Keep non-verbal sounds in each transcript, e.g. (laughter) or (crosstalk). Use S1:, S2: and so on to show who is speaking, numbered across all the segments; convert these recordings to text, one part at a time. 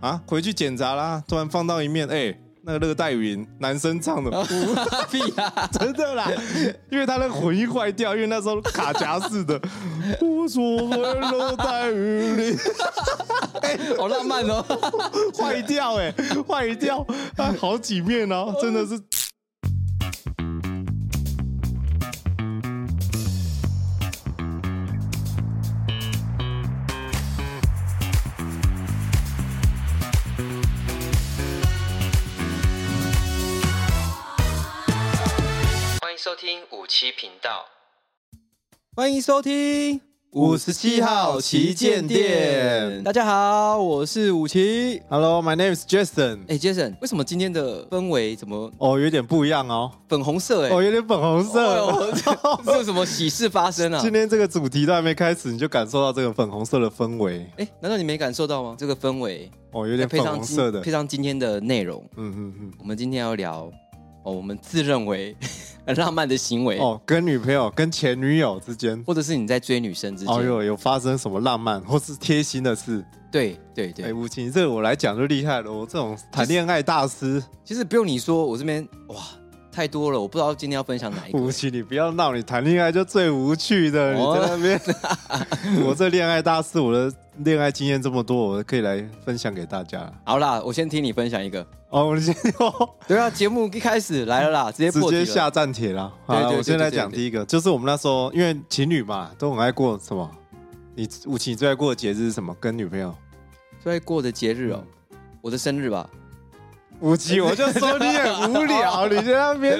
S1: 啊，回去检查啦，突然放到一面，哎、那个热带云男生唱的，
S2: 哦 (laughs) 屁啊！
S1: (laughs) 真的啦，因为他那个混音坏掉，因为那时候卡夹式的，无所谓热带雨林 (laughs)
S2: (laughs) 好浪漫哦！
S1: 坏掉哎、坏掉，啊，好几面哦，真的是。
S3: 欢迎收听五七频道。
S2: 欢迎收听
S1: 57号旗舰店
S2: 大家好，我是武奇。
S1: Hello, my name is Jason。
S2: 哎、j a s o n 为什么今天的氛围怎么
S1: 哦，有点不一样哦，
S2: 粉红色、
S1: 哦，
S2: 哎、
S1: 有点粉红色。 (laughs)
S2: 哦，这是什么喜事发生啊？
S1: 今天这个主题都还没开始，你就感受到这个粉红色的氛围
S2: 哎、难道你没感受到吗？这个氛围，
S1: 哦，有
S2: 再
S1: 点
S2: 配
S1: 粉
S2: 上
S1: 红色的
S2: 今。配上今天的内容，
S1: 嗯嗯
S2: 我们今天要聊哦，我们自认为 (laughs) 很浪漫的行为，
S1: 嗯。哦，跟女朋友、跟前女友之间，
S2: 或者是你在追女生之间，
S1: 哦有有发生什么浪漫或是贴心的事？
S2: 对对
S1: 哎，
S2: 对，
S1: 吴奇，这个我来讲就厉害了，我这种谈恋爱大师。
S2: 其实不用你说，我这边哇太多了，我不知道今天要分享哪一个。
S1: 吴奇，你不要闹，你谈恋爱就最无趣的，你
S2: 哦
S1: 在那边。 (laughs) 我这恋爱大师，我的恋爱经验这么多，我可以来分享给大家。
S2: 好啦，我先听你分享一个。
S1: 哦，我先
S2: 对啊，节目一开始来了啦，直
S1: (laughs)
S2: 接
S1: 直
S2: 破题
S1: 接
S2: 了
S1: 下站帖啦。好
S2: 对
S1: 啦，
S2: 对
S1: 我先来
S2: 对对
S1: 讲
S2: 对
S1: 第一个，就是我们那时候因为情侣嘛，都很爱过什么？你吴奇，你最爱过的节日是什么？跟女朋友。
S2: 最爱过的节日哦，
S1: 嗯
S2: 我的生日吧。
S1: (laughs) 吴奇，我就说你很无 (laughs) 聊，你在那边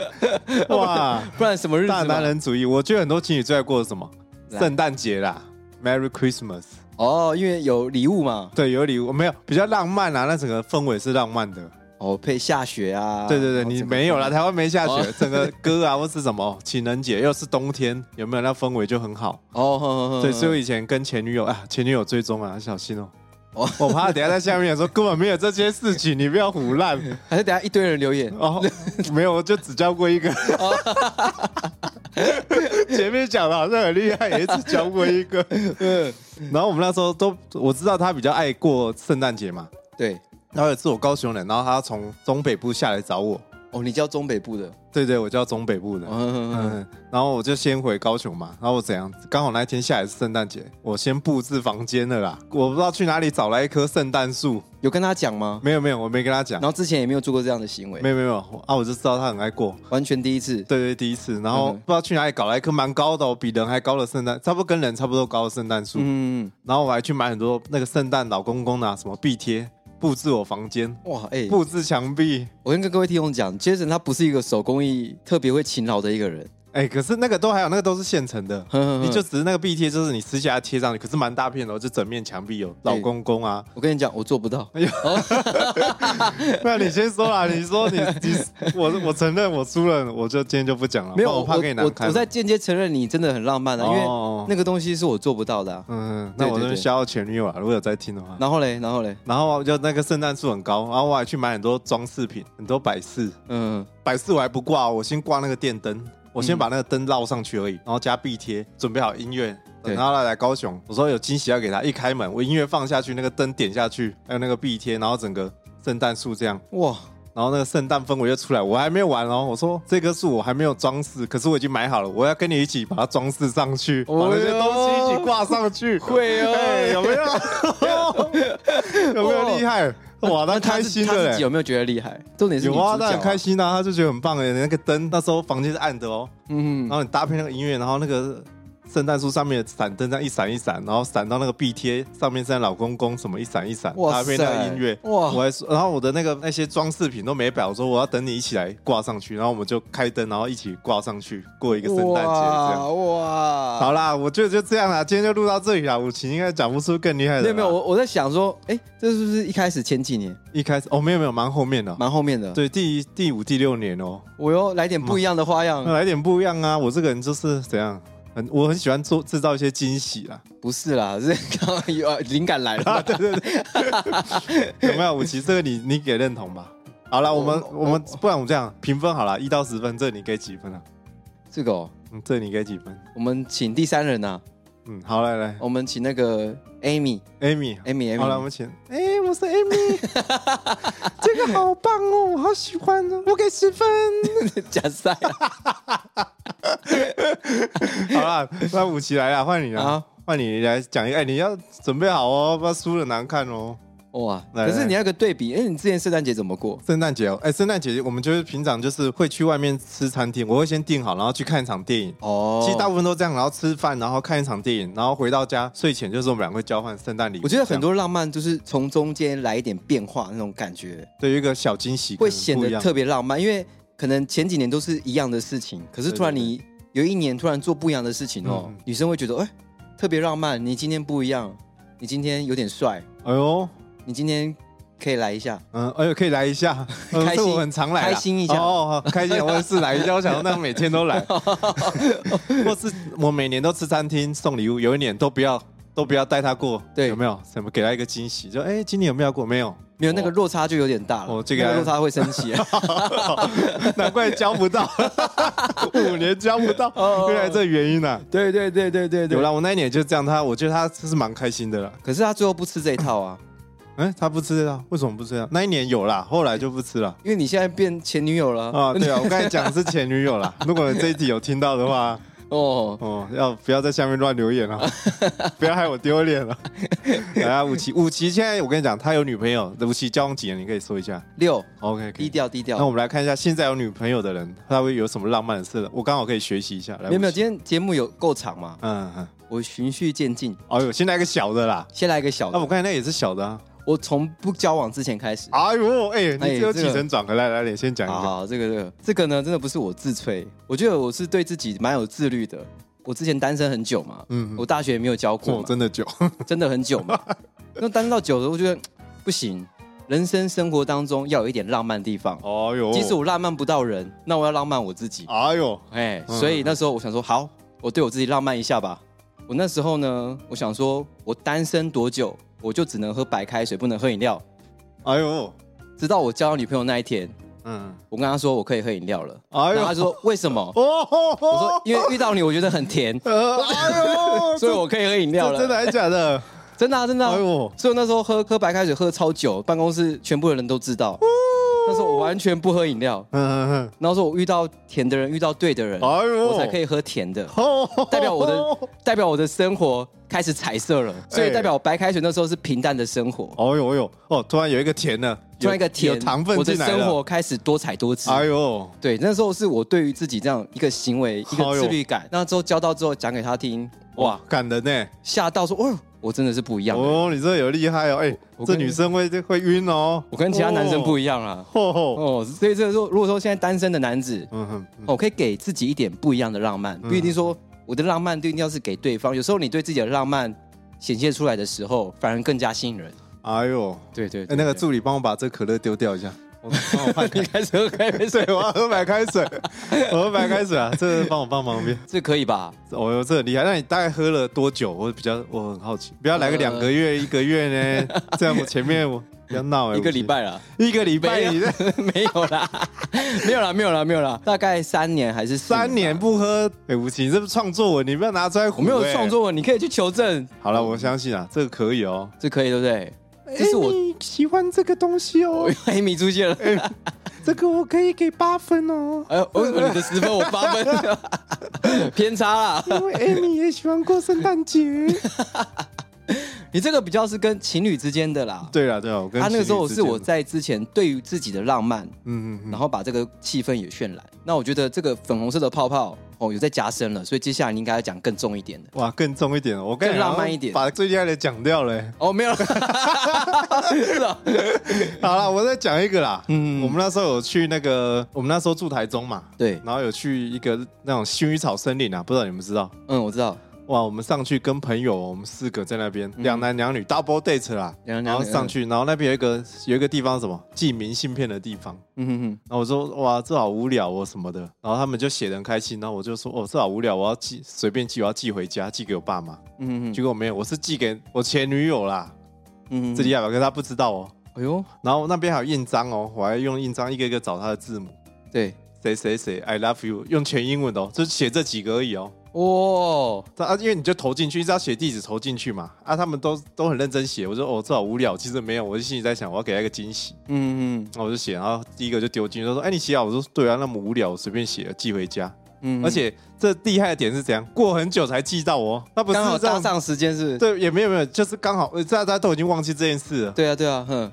S1: 哦哇，
S2: 不然什么日子
S1: 大
S2: 嘛？
S1: 男人主义。我觉得很多情侣最爱过的是什么？
S2: 来
S1: 圣诞节啦，Merry Christmas。
S2: 哦，因为有礼物嘛。
S1: 对，有礼物没有比较浪漫啊，那整个氛围是浪漫的。
S2: 哦，配下雪啊。
S1: 对对
S2: 然
S1: 对，
S2: 后
S1: 你
S2: 整个
S1: 没有啦，台湾没下雪
S2: 哦，
S1: 整个歌啊或是什么情人节又是冬天，有没有那氛围就很好。
S2: 哦，呵呵
S1: 对，
S2: 呵
S1: 所以我以前跟前女友啊，前女友追踪啊，小心哦。
S2: 哦
S1: 我怕等一下在下面说 (laughs) 根本没有这些事情，你不要胡乱
S2: 还是等一下一堆人留言。
S1: 哦。没有，我就只教过一个。前面讲的好像很厉害，也只教过一个。嗯，然后我们那时候都我知道他比较爱过圣诞节嘛，
S2: 对，
S1: 然后有一次我高雄人，然后他从中北部下来找我，
S2: 哦，你叫中北部的。
S1: 对对，我叫中北部的，
S2: 嗯嗯嗯嗯
S1: 嗯，然后我就先回高雄嘛，然后我怎样，刚好那一天下来是圣诞节，我先布置房间了啦，我不知道去哪里找来一棵圣诞树，
S2: 有跟他讲吗？
S1: 没有没有，我没跟他讲
S2: 然，后之前也没有做过这样的行为
S1: 嗯没，有没有啊，我就知道他很爱过，
S2: 完全第一次。
S1: 对对，第一次，然后
S2: 嗯
S1: 不知道去哪里搞来一棵蛮高的、哦，比人还高的圣诞，差不多跟人差不多高的圣诞树，
S2: 嗯，
S1: 然后我还去买很多那个圣诞老公公啊，什么壁贴，布置我房间，
S2: 哇，哎、
S1: 布置墙壁。
S2: 我先跟各位听众讲，Jason 他不是一个手工艺特别会勤劳的一个人，
S1: 哎、可是那个都还有，那个都是现成的，
S2: 呵呵呵
S1: 你就只是那个壁贴，就是你撕下来贴上去，可是蛮大片的哦，就整面墙壁有老公公啊。
S2: 我跟你讲，我做不到。
S1: 那你先说
S2: (laughs)
S1: 啦，你说你你我我承认我输了，我就今天就不讲了，
S2: 没有，
S1: 不然我怕给你难
S2: 我
S1: 堪。
S2: 我在间接承认你真的很浪漫啊，因
S1: 哦
S2: 为那个东西是我做不到的啊、
S1: 嗯，
S2: 对
S1: 那我
S2: 对
S1: 就
S2: 对
S1: 消耗前女友啊，如果有在听的话。
S2: 然后嘞，然后嘞，
S1: 然后就那个圣诞树很高，然后我还去买很多装饰品，很多摆饰。
S2: 嗯，
S1: 摆饰我还不挂哦，我先挂那个电灯，我先把那个灯绕上去而已，然后加壁贴，准备好音乐。等
S2: 对
S1: 他来来高雄，我说有惊喜要给他。一开门，我音乐放下去，那个灯点下去，还有那个壁贴，然后整个圣诞树这样，
S2: 哇，
S1: 然后那个圣诞氛围就出来。我还没有完哦，我说这棵树我还没有装饰，可是我已经买好了，我要跟你一起把它装饰上去，把
S2: 哦哟
S1: 那些东西一起挂上去。
S2: 会 (laughs) 哦
S1: 哎 (laughs) 有没有？有没有厉害？哇，那
S2: 那他
S1: 开
S2: 是
S1: 心
S2: 他
S1: 的
S2: 自己
S1: 嘞
S2: 有！没有觉得厉害？重点是
S1: 有啊，
S2: 你主
S1: 他
S2: 角
S1: 很开。心啊，他就觉得很棒哎。那个灯那时候房间是暗的哦，
S2: 嗯
S1: 然，后你搭配那个音乐，然后那个圣诞树上面的闪灯这样一闪一闪，然后闪到那个壁贴上面是在老公公什么一闪一闪，
S2: 哇
S1: 搭配那个音乐
S2: 塞哇
S1: 我还说，然后我的那个那些装饰品都没摆，我说我要等你一起来挂上去，然后我们就开灯，然后一起挂上去过一个圣诞节这样。
S2: 哇哇，
S1: 好啦，我觉得就这样啦，今天就录到这里啦。武琴应该讲不出更厉害的啦。
S2: 没有没有，我我在想说，哎、这是不是一开始前几年
S1: 一开始哦，没有没有，蛮后面的。
S2: 蛮后面的？，
S1: 对，第一第五、第六年哦，
S2: 我又来点不一样的花样。
S1: 那来点不一样啊！我这个人就是怎样，很我很喜欢做制造一些惊喜啦。 (laughs)
S2: 不是啦， (laughs) 是刚刚有灵感来了。
S1: 对对对， (laughs) 有没有？武奇，这个你你给认同吧？好了，我们我
S2: 我
S1: 们不然我们这样评分好了，一到十分，这你给几分啊？
S2: 这个、哦，
S1: 嗯，这你给几分？
S2: 我们请第三人呐、啊，
S1: 嗯，好来来啊
S2: 我们请那个 Amy，Amy，Amy，
S1: ，Amy，好了，我们请，哎，我是 Amy，这个好棒哦，我好喜欢哦，我给十分。
S2: (laughs) 假赛啊
S1: (laughs) 好啦，那武奇来啦，换你啦
S2: 好，
S1: 换你来讲一个，哎，你要准备好哦，不要输了难看哦。
S2: 哇！
S1: 来
S2: 可是
S1: 来
S2: 你要有个对比，哎，你之前圣诞节怎么过？
S1: 圣诞节哦，哎，圣诞节我们就是平常就是会去外面吃餐厅，我会先订好，然后去看一场电影。
S2: 哦
S1: 其实大部分都这样，然后吃饭，然后看一场电影，然后回到家睡前就是我们俩会交换圣诞礼物。
S2: 我觉得很多浪漫就是从中间来一点变化那种感觉，
S1: 对有一个小惊喜可能
S2: 会显
S1: 不一
S2: 得
S1: 样
S2: 特别浪漫。因为可能前几年都是一样的事情，可是突然
S1: 对对
S2: 你有一年突然做不一样的事情哦，
S1: 嗯
S2: 女生会觉得哎、特别浪漫。你今天不一样，你今天有点帅，
S1: 哎呦，
S2: 你今今天可以来一下。
S1: 嗯，哎呦，可以来一
S2: (laughs)
S1: 下，嗯、
S2: 开心
S1: 这我很常来啦，
S2: 开心一下
S1: 哦，哦开心，我也是来一下，我想说那每天
S2: (laughs)
S1: 都来，或是我每年都吃餐厅送礼物，有一年都不要都不要带他过，
S2: 对
S1: 有没有？什么给他一个惊喜？就哎，今年有没有过？没
S2: (laughs)
S1: 有，
S2: 没有那个落差就有点大了，
S1: 哦这个
S2: 那落差会生气。
S1: 难怪交不
S2: (laughs)
S1: 到，五年交不到，
S2: 哦
S1: 原来这原因啊。
S2: 对对对对对
S1: 有啦，我那一年就这样，他我觉得他是蛮开心的啦。
S2: (laughs) 可是他最后不吃这一套啊，
S1: 哎、他不吃啊？为什么不吃啊？那一年有啦，后来就不吃
S2: (laughs)
S1: 了。
S2: 因为你现在变前女友了
S1: 啊，对啊，我刚才讲是前女友啦。如果这一集有听到的话，
S2: 哦，
S1: 哦，要不要在下面乱留言
S2: (laughs)
S1: 了、不要害我丢脸了。 (laughs) 来啊，武奇，武奇现在我跟你讲，他有女朋友。武奇交往几年？你可以说一下。
S2: 六
S1: OK，可以
S2: 低。调低调
S1: 那。我们来看一下，现在有女朋友的人，他会有什么浪漫的事？我刚好可以学习一下。来，
S2: 没有没有，
S1: 武奇，
S2: 今天节目有够长嘛？
S1: 嗯嗯，
S2: 我循序渐进，
S1: 哎呦，现在一个小的啦。哦
S2: 先来一个小
S1: 那、我
S2: 的。
S1: 刚才那也是小的啊。
S2: 我从不交往之前开始。
S1: 哎呦，哎、
S2: 哎
S1: 你只有
S2: 这
S1: 起
S2: 个
S1: 承转合。来来，你先讲一
S2: 好
S1: 个。
S2: 好，这个这个这个呢，真的不是我自吹，我觉得我是对自己蛮有自律的。我之前单身很久嘛，
S1: 嗯，
S2: 我大学也没有交过
S1: 我
S2: 嘛，
S1: 真的久。
S2: 真的很久
S1: (laughs)
S2: 嘛。那单身到久了，我觉得不行，人生生活当中要有一点浪漫的地方。
S1: 哎呦，
S2: 即使我浪漫不到人，那我要浪漫我自己。
S1: 哎呦，
S2: 哎，
S1: 嗯
S2: 所以那时候我想说，好，我对我自己浪漫一下吧。我那时候呢，我想说，我单身多久，我就只能喝白开水，不能喝饮料。
S1: 哎呦，
S2: 直到我交到女朋友那一天，
S1: 嗯，
S2: 我跟她说我可以喝饮料了。
S1: 哎
S2: 然
S1: 呦，
S2: 后她说为什么？
S1: 哦，哦
S2: 我说因为遇到你，我觉得很甜， (laughs)
S1: 呃，哎呦，
S2: 所以我可以喝饮料
S1: 这
S2: 了。
S1: 真的还假的？
S2: 真的啊，真的啊、
S1: 哎呦，
S2: 所以 (laughs) 我那时候喝喝白开水喝超久，办公室全部的人都知道。
S1: 哦
S2: 那时候我完全不喝饮料，
S1: 嗯嗯
S2: 然后说我遇到甜的人，遇到对的人，
S1: 嗯，哎呦，
S2: 我才可以喝甜的。
S1: 哦，
S2: (laughs) 代表我的代表我的生活开始彩色了，所以代表我白开水那时候是平淡的生活，
S1: 哎呦哎呦，哎哦，突然有一个甜的，
S2: 突然一个
S1: 有
S2: 甜，
S1: 糖分
S2: 我的
S1: 进来
S2: 生
S1: 了，
S2: 活开始多彩多姿。
S1: 哎呦，
S2: 对，那时候是我对于自己这样一个行为，一
S1: 哎呦
S2: 个自律感。那之后交到之后讲给他听，哇
S1: 哇，，感人呢，
S2: 吓到说，哦，我真的是不一样的，
S1: 哦，你这有厉害哦，哎
S2: 我，
S1: 这
S2: 跟
S1: 女生会会晕哦，
S2: 我跟其他男生不
S1: 一
S2: 一样啊。
S1: 哦，
S2: 哦，所以这个时候，如果说现在单身的男子，
S1: 嗯哼，嗯
S2: 哦，可以给自己一点不一样的浪漫，
S1: 嗯
S2: 不一定说我的浪漫就一定要是给对方。有时候你对自己的浪漫显现出来的时候，反而更加吸引人。
S1: 哎呦。
S2: 对对
S1: 哎，那个助理帮我把这可乐丢掉一下，
S2: 我帮我换
S1: (laughs)
S2: 你开始喝开杯
S1: 对
S2: 水，，
S1: 我要喝白开水，我喝白开水啊，这个帮我放旁边。
S2: 这可以吧？
S1: 哦哟，这很厉害！那你大概喝了多久？我比较我很好奇，不要来个
S2: 呃
S1: 两个月、一个月呢？这样我前面我不要闹哎，
S2: (laughs) 一个
S1: 我
S2: 礼拜啦，
S1: 一个礼拜，啊你
S2: 没有
S1: 这
S2: 没有啦， (laughs) 没有啦，没有啦，没有啦，大概三年还是四
S1: 三年
S2: 吧？
S1: 不喝，哎，吴奇，你这不创作文，你不要拿出来唬
S2: 我没有
S1: 哎
S2: 创。作文，你可以去求证。
S1: 好了，我相信啊，这个可以哦。
S2: 这可以对不对？这是我
S1: 你喜欢这个东西哦
S2: (laughs) 我，黑米出现了，
S1: 哎这个我可以给八分哦，
S2: 哎呦，为什么你的十分我八分？ (laughs) 偏差啦，
S1: 因为 Amy 也喜欢过圣诞节。
S2: (laughs) 你这个比较是跟情侣之间的啦。
S1: 对了对了，我跟
S2: 他那个时候
S1: 情侣
S2: 是
S1: 之间
S2: 我，在之前对于自己的浪漫，
S1: 嗯嗯嗯，
S2: 然后把这个气氛也渲染。那我觉得这个粉红色的泡泡哦，有在加深了，所以接下来你应该要讲更重一点的。
S1: 哇，更重一点哦，我跟你
S2: 更浪漫一点
S1: 把最厉害的讲掉了。哎
S2: 哦，没有了， (laughs) 是啊，
S1: (laughs) 好了，我再讲一个啦。嗯，
S2: 嗯
S1: 我们那时候有去那个，我们那时候住台中嘛，
S2: 对，
S1: 然后有去一个那种薰衣草森林啊，不知道你们知道？
S2: 嗯，我知道，
S1: 哇，我们上去跟朋友，我们四个在那边，两男两女 double date 啦，
S2: 嗯两
S1: 然
S2: 男两女嗯
S1: 后上去，然后那边有一个有一个地方是什么寄明信片的地方，
S2: 嗯哼哼，
S1: 然后我说哇，这好无聊哦什么的，然后他们就写的很开心，然后我就说哦，这好无聊，我要寄随便寄，我要寄回家，寄给我爸妈。
S2: 嗯哼哼
S1: 结，果没有，我是寄给我前女友啦，
S2: 嗯哼
S1: 这厉害吧？可是她不知道哦。
S2: 哎呦，
S1: 然后那边还有印章哦，我还用印章一个一个找她的字母。
S2: 对，
S1: 谁谁谁 I love you，用全英文的哦，就写这几个而已哦。
S2: 哇，
S1: 但啊，因为你就投进去，一直要写地址投进去嘛。啊，他们都都很认真写，我说哦，这好无聊。其实没有，我就心里在想，我要给他一个惊喜。
S2: 嗯
S1: 那我就写，然后第一个就丢进去，他说：“哎，你写好。”我说：“对啊，那么无聊，我随便写了寄回家。
S2: 嗯
S1: 而且这厉害的点是怎样？过很久才寄到哦，那不是
S2: 刚好
S1: 这
S2: 搭
S1: 样？
S2: 上时间是，
S1: 对，也没有没有，就是刚好，呃大家都已经忘记这件事了，
S2: 对啊对啊，哼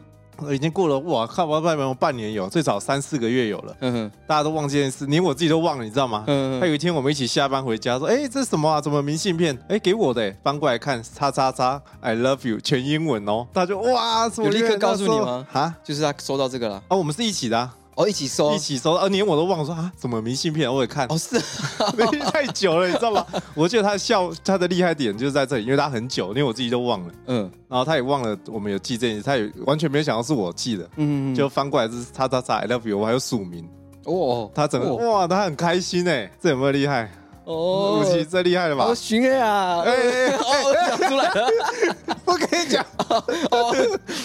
S1: 已经过了，哇靠，我半年半年有，最少三四个月有了，
S2: 哼哼
S1: 大家都忘记这件事，连我自己都忘了，你知道吗？
S2: 嗯
S1: 他啊有一天我们一起下班回家，说：“哎、这是什么啊？怎么明信片？哎、给我的、翻过来看，叉叉叉，I love you，全英文哦。”他就哇，什么
S2: 有立刻
S1: 原来
S2: 告诉你
S1: 那时候
S2: 吗
S1: 啊
S2: 就是他收到这个了，
S1: 啊，我们是一起的、啊，
S2: 哦，一起收
S1: 一，起收到，啊，连我都忘了说啊，怎么明信片？我也看，
S2: 哦是，
S1: (laughs) 太久了，你知道吗？ (laughs) 我觉得他笑他的厉害点就是在这里，因为他很久，因为我自己都忘了，
S2: 嗯
S1: 然后他也忘了我们有记这件事，他也完全没有想到是我记的，
S2: 嗯，
S1: 就翻过来是叉叉叉 I love you，我还有署名，
S2: 哦，
S1: 他整个哇，他很开心哎，这有没有厉害？
S2: 哦
S1: 武奇这厉害了吧
S2: 我？寻哎啊，
S1: 哎哎 (laughs) 哎
S2: 哦讲出来
S1: (laughs)
S2: 了，
S1: 不可以讲。
S2: 哦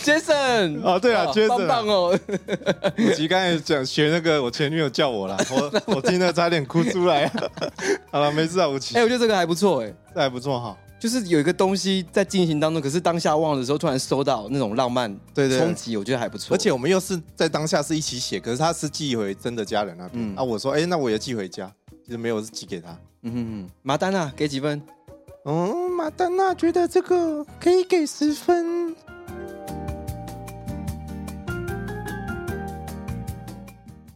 S2: ，Jason，
S1: 哦对啊
S2: 哦
S1: Jason
S2: 棒棒哦，
S1: 武奇刚才讲学那个，我前女友叫我 (laughs) 啦，我我听了差点哭出来。 (laughs) 好了，没事啊，武奇
S2: 哎，，我觉得这个还不错哎。
S1: 这还不错哈。
S2: 就是有一个东西在进行当中，可是当下忘了的时候，突然收到那种浪漫
S1: 对对
S2: 冲击，我觉得还不错。
S1: 而且我们又是在当下是一起写，可是他是寄回真的家人那边、
S2: 嗯
S1: 啊。我说，哎、那我也寄回家，其实没有，我是寄给他。
S2: 嗯哼哼，马丹娜给几分？
S1: 嗯，马丹娜觉得这个可以给十分。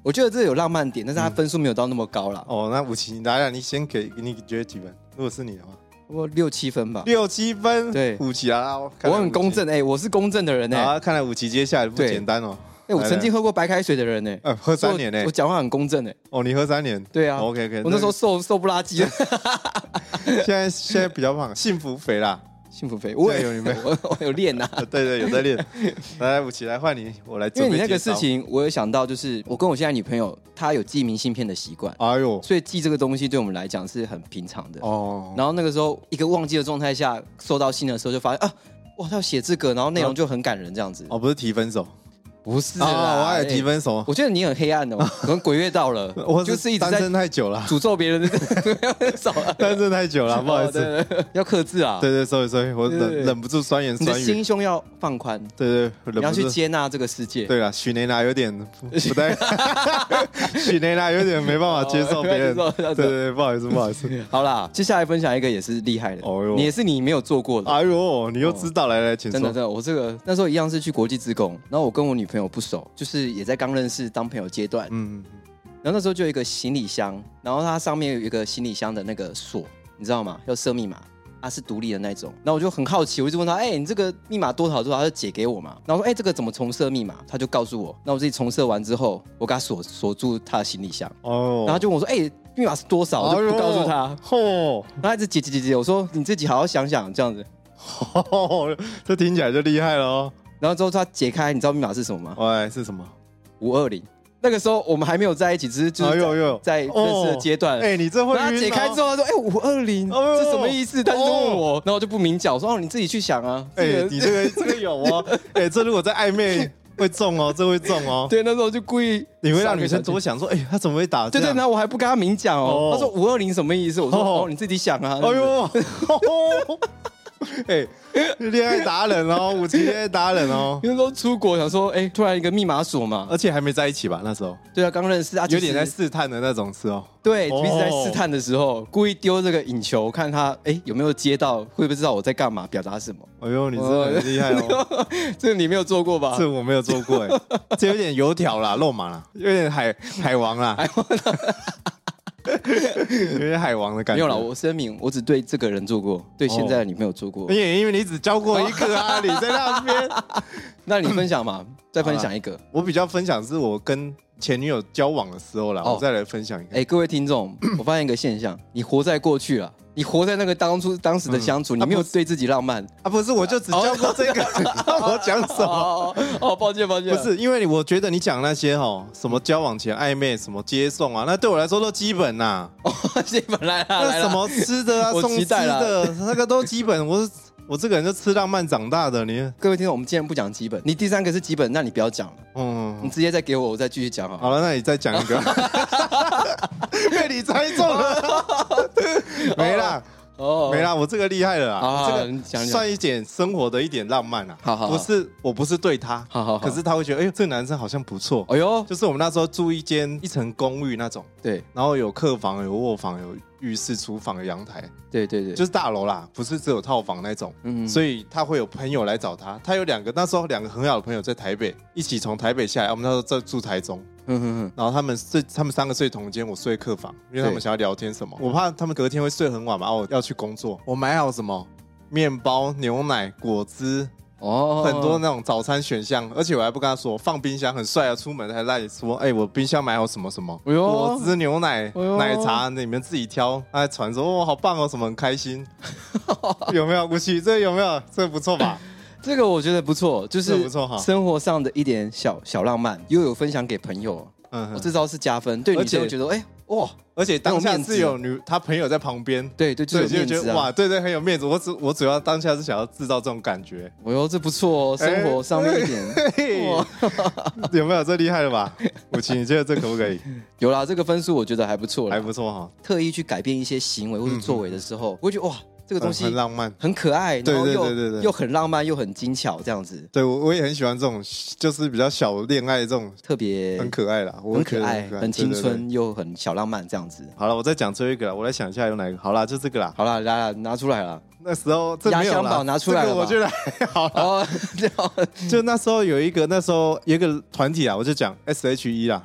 S2: 我觉得这有浪漫点，但是他分数没有到那么高啦，
S1: 哦，那武奇，来来，你先给，你觉得几分？如果是你的话，
S2: 我六七分吧。
S1: 六七分。
S2: 对
S1: 武奇啊，我
S2: 我很公正哎、我是公正的人哎、
S1: 啊。看来武奇接下来不
S2: 对
S1: 简单哦。
S2: 哎我曾经喝过白开水的人哎、
S1: 呃，喝三年呢
S2: 我我。讲话很公正哎、
S1: 哦，你喝三年。
S2: 对啊
S1: OK OK。
S2: 我那时候瘦瘦不拉几 (laughs) 的，
S1: 现在现在比较胖，幸福肥啦。
S2: 幸福肥，我
S1: 加油
S2: 有
S1: 你们
S2: (laughs) 我我有练呐、啊
S1: (laughs) 呃对对，有在
S2: (laughs)
S1: 练。来来，武奇来换你，我来。
S2: 因为你那个事，情，我有想到，就是我跟我现在女朋友，她有寄明信片的习惯，
S1: 哎呦，
S2: 所以寄这个东西对我们来讲是很平常的。
S1: 哦，
S2: 然后那个时候一个忘记的状态下，收到信的时候就发现啊，哇，他要写这个，然后内容就很感人这样子。
S1: 哦，不是提分手，
S2: 不是
S1: 啊，我
S2: 啦
S1: 还有提
S2: 哎
S1: 分手，，
S2: 我觉得你很黑暗哦，可能鬼月到了
S1: 我
S2: 就是一直
S1: 单
S2: 在
S1: 身太久
S2: (laughs)
S1: 了，
S2: 诅咒
S1: (laughs)
S2: 别人的少了。
S1: 单身太久啊了，不好意思，
S2: 哦，对对对要克制啊！
S1: 对对，sorry sorry，我
S2: 对对
S1: 忍
S2: 对
S1: 忍不住酸言
S2: 你的
S1: 酸语
S2: 心，胸要放宽，
S1: 对对，
S2: 你要
S1: 忍不
S2: 去
S1: 住。
S2: 接纳这个世界。
S1: 对了，许雷娜有
S2: (laughs)
S1: 点不不太， (laughs) 许雷娜有点没办法接受别
S2: (laughs)
S1: 人，
S2: 哦没办法接
S1: 对
S2: 受
S1: 对对，不好意思，不好意思。
S2: 好啦，接下来分享一个也是厉害的，
S1: 哦哟
S2: 你也是你没有做过的。
S1: 哎呦，你又知道，来来，请
S2: 真的，
S1: 说
S2: 真。的，我这个那时候一样是去国际职工，然后我跟我女朋友不熟，就是也在刚认识当朋友阶段，
S1: 嗯，
S2: 然后那时候就有一个行李箱，然后它上面有一个行李箱的那个锁，你知道吗？要设密码，它是独立的那种。然后我就很好奇，我一直问他，哎、你这个密码多少多少？他就解给我嘛。然后我说，哎、这个怎么重设密码？他就告诉我。那我自己重设完之后，我给他锁锁住他的行李箱，
S1: 哦，
S2: 然后他就问我说，哎、密码是多少？我就不告诉他。
S1: 哎呦。
S2: 然后他一直解解解解，我说你自己好好想想这样子。
S1: 吼，哦 (laughs) 这听起来就厉害了哦。
S2: 然后之后他解开，你知道密码是什么吗？
S1: 喂，是什么？
S2: 五二零。那个时候我们还没有在一起，只是就
S1: 哎
S2: 是
S1: 呦呦，
S2: 在在认识的阶段。
S1: 哦哎，你这会
S2: 然后他
S1: 晕
S2: 解开
S1: 哦
S2: 之后，他说：“哎、五二零，
S1: 哦
S2: 这什么意思？”他就问我，然后我就不明讲，我说：“哦，你自己去想啊。
S1: 哎、
S2: 这个，
S1: 你这个这个有哦，哎、这如果在暧昧会中哦，这会中哦
S2: 对，那时候就故意
S1: 你会
S2: 上
S1: 让
S2: 个
S1: 女生
S2: 小
S1: 多
S2: 心。
S1: 想说，哎、他怎么会打这
S2: 对对，
S1: 样？
S2: 然后我还不跟他明讲
S1: 哦
S2: 哦。他说五二零什么意思？我说
S1: 哦
S2: 哦，你自己想啊。
S1: 哎呦， (laughs) 哎、恋爱达人哦，五级恋爱达人
S2: (laughs)
S1: 哦，
S2: 因为那时候出国想说，哎，突然一个密码锁嘛，
S1: 而且还没在一起吧？那时候
S2: 对啊，刚认识啊，
S1: 有点在
S2: 其实
S1: 试探的那种是哦。
S2: 对
S1: 哦
S2: 彼此在试探的时候，故意丢这个引球，看他哎有没有接到，会不会知道我在干嘛，表达什么？
S1: 哎呦，你真的很厉害哦，
S2: (laughs) 这个你没有做过吧？
S1: 这我没有做过
S2: (laughs)
S1: 哎、这有点油条啦，肉麻啦，有点海海王啦，有点海王的感觉。
S2: 没有啦，我声明，我只对这个人做过，对现在的女朋友做过。
S1: 因为因为你只教过一个啊，你在那边。
S2: 那你分享嘛，再分享一个。
S1: 我比较分享是我跟前女友交往的时候啦，
S2: 哦
S1: 我再来分享一个。
S2: 哎、各位听 (clears throat) 众，我发现一个现象，你活在过去了，你活在那个当初当时的相处，你没有对自己浪漫。
S1: 啊，不是，我就只交过这个， (laughs) 我讲
S2: (laughs)
S1: 什么？
S2: 哦哦哦，抱歉抱歉，
S1: 不是，因为我觉得你讲那些哦，什么交往前暧昧，什么接送啊，那对我来说都基本呐、
S2: 哦，谢本 (laughs) 来
S1: (laughs)
S2: 啦，
S1: 那
S2: 来
S1: 什
S2: 啦
S1: 么吃的啊，
S2: (laughs) 我
S1: 送
S2: 期
S1: 吃
S2: 待啦
S1: 的那个都基本。我是我这个人就吃浪漫长大的，你
S2: 各位听众，我们今天不讲基本，你第三个是基本，那你不要讲了，你
S1: 嗯，
S2: 直接再给我，我再继续讲好了。
S1: (laughs) 好
S2: (laughs) (laughs)
S1: 了，那你再讲一个，被你猜中了。没啦，
S2: 哦
S1: 没，啦，我这个厉害了
S2: 好
S1: 啦，
S2: 好
S1: 这
S2: 你
S1: 个
S2: 讲你讲
S1: 算一点生活的一点浪漫啊。
S2: 好好好
S1: 不是我不是对他，
S2: 好好好
S1: 可是他会觉得，哎呦，这个男生好像不错。
S2: 哎呦，
S1: 就是我们那时候住一间一层公寓那种，
S2: 对
S1: 然后有客房、有卧房、有浴室、厨房、有阳台，
S2: 对对对，
S1: 就是是大楼啦，不是只有套房那种。
S2: 嗯
S1: 所以他会有朋友来找他，他有两个那时候两个很好的朋友在台北，一起从台北下来，我们那时候在住台中，
S2: 嗯嗯嗯，
S1: 然后他们睡他们三个睡同间，我睡客房，因为他们
S2: 对
S1: 想要聊天什么，我怕他们隔天会睡很晚嘛，啊我要去工作，我买好什么面包、牛奶、果汁，
S2: 哦，
S1: 很多那种早餐选项，而且我还不跟他说放冰箱很帅啊，出门还赖说，哎、我冰箱买好什么什么，
S2: 哎呦
S1: 果汁、牛奶、
S2: 哎呦
S1: 奶茶，你们自己挑。他还传说，哦，好棒哦，什么很开
S2: (laughs)
S1: 心，有没有？吴奇，这有没有？这不错
S2: (laughs)
S1: 吧？
S2: 这个我觉得不错，就
S1: 这
S2: 是
S1: 不错哈
S2: 生活上的一点小小浪漫，又有分享给朋友，
S1: 嗯，
S2: 我这招是加分，对
S1: 而
S2: 女生
S1: 且
S2: 会觉得哎哇，
S1: 而且当
S2: 很有
S1: 下
S2: 面子
S1: 是有女，他朋友在旁边。
S2: 对对，就
S1: 对，
S2: 是有
S1: 就
S2: 面
S1: 觉
S2: 子
S1: 得
S2: 啊
S1: 哇，，对对，很有面子。我只我主要当下是想要制造这种感
S2: (laughs)
S1: 觉，
S2: 我哟这不错哦，生活上面一点。
S1: 嘿
S2: 哇，
S1: (laughs) 有没有这厉害了吧？武奇，你觉得这可不可
S2: (laughs)
S1: 以？
S2: 有啦，这个分数我觉得还不错啦，
S1: 还不错哈，
S2: 特意去改变一些行为或者作为的时候，我会觉得哇，这个东西
S1: 很浪漫。
S2: 很可爱，
S1: 对
S2: 然后
S1: 对
S2: 又
S1: 对对对
S2: 又很浪漫，又很精巧，这样子
S1: 对，我我也很喜欢这种，就是比较小恋爱这种，
S2: 特别
S1: 很可爱啦，我
S2: 很
S1: 觉
S2: 可
S1: 得
S2: 爱，很青。
S1: 对对对
S2: 春又很小浪漫这样子。
S1: 好了，我再讲最后一个啦，我来想一下有哪一个。好啦，就这个啦。
S2: 好啦，来啦，拿出来了。
S1: 那时候这没
S2: 压
S1: 有
S2: 箱
S1: 啦，
S2: 宝拿出来了
S1: 这个我
S2: 吧
S1: 觉得还好
S2: (laughs)
S1: 啦。
S2: 哦，
S1: 就那时候有一个，那时候有一个团体啊，我就讲 S H E 啦。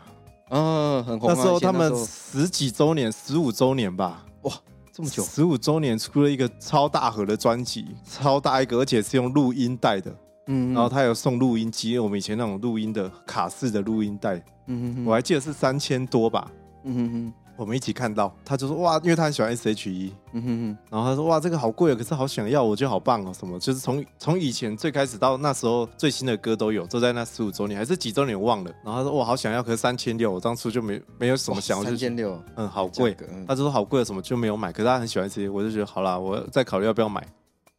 S2: 嗯，很红
S1: 那
S2: 啊。
S1: 时候
S2: 以前
S1: 他们
S2: 那时
S1: 十几周年，十五周年吧，
S2: 候哇，这么久，
S1: 十五周年出了一个超大盒的专辑，超大一个，而且是用录音带的。
S2: 嗯
S1: 然后他有送录音机，我们以前那种录音的卡式的录音带，
S2: 嗯
S1: 我还记得是三千多吧。
S2: 嗯哼哼
S1: 我们一起看到，他就说哇，因为他很喜欢 S H E，
S2: 嗯哼
S1: 然后他说哇，这个好贵哦，可是好想要，我觉得好棒哦，什么就是从从以前最开始到那时候最新的歌都有，都在那十五周年还是几周年我忘了。然后他说哇，好想要，可是三千六，我当初就没没有什么想，我
S2: 三
S1: 就觉
S2: 千
S1: 得
S2: 六，
S1: 嗯好贵
S2: 价格嗯，
S1: 他就说好贵什么就没有买，可是他很喜欢 S H，我就觉得好啦，我再考虑要不要买。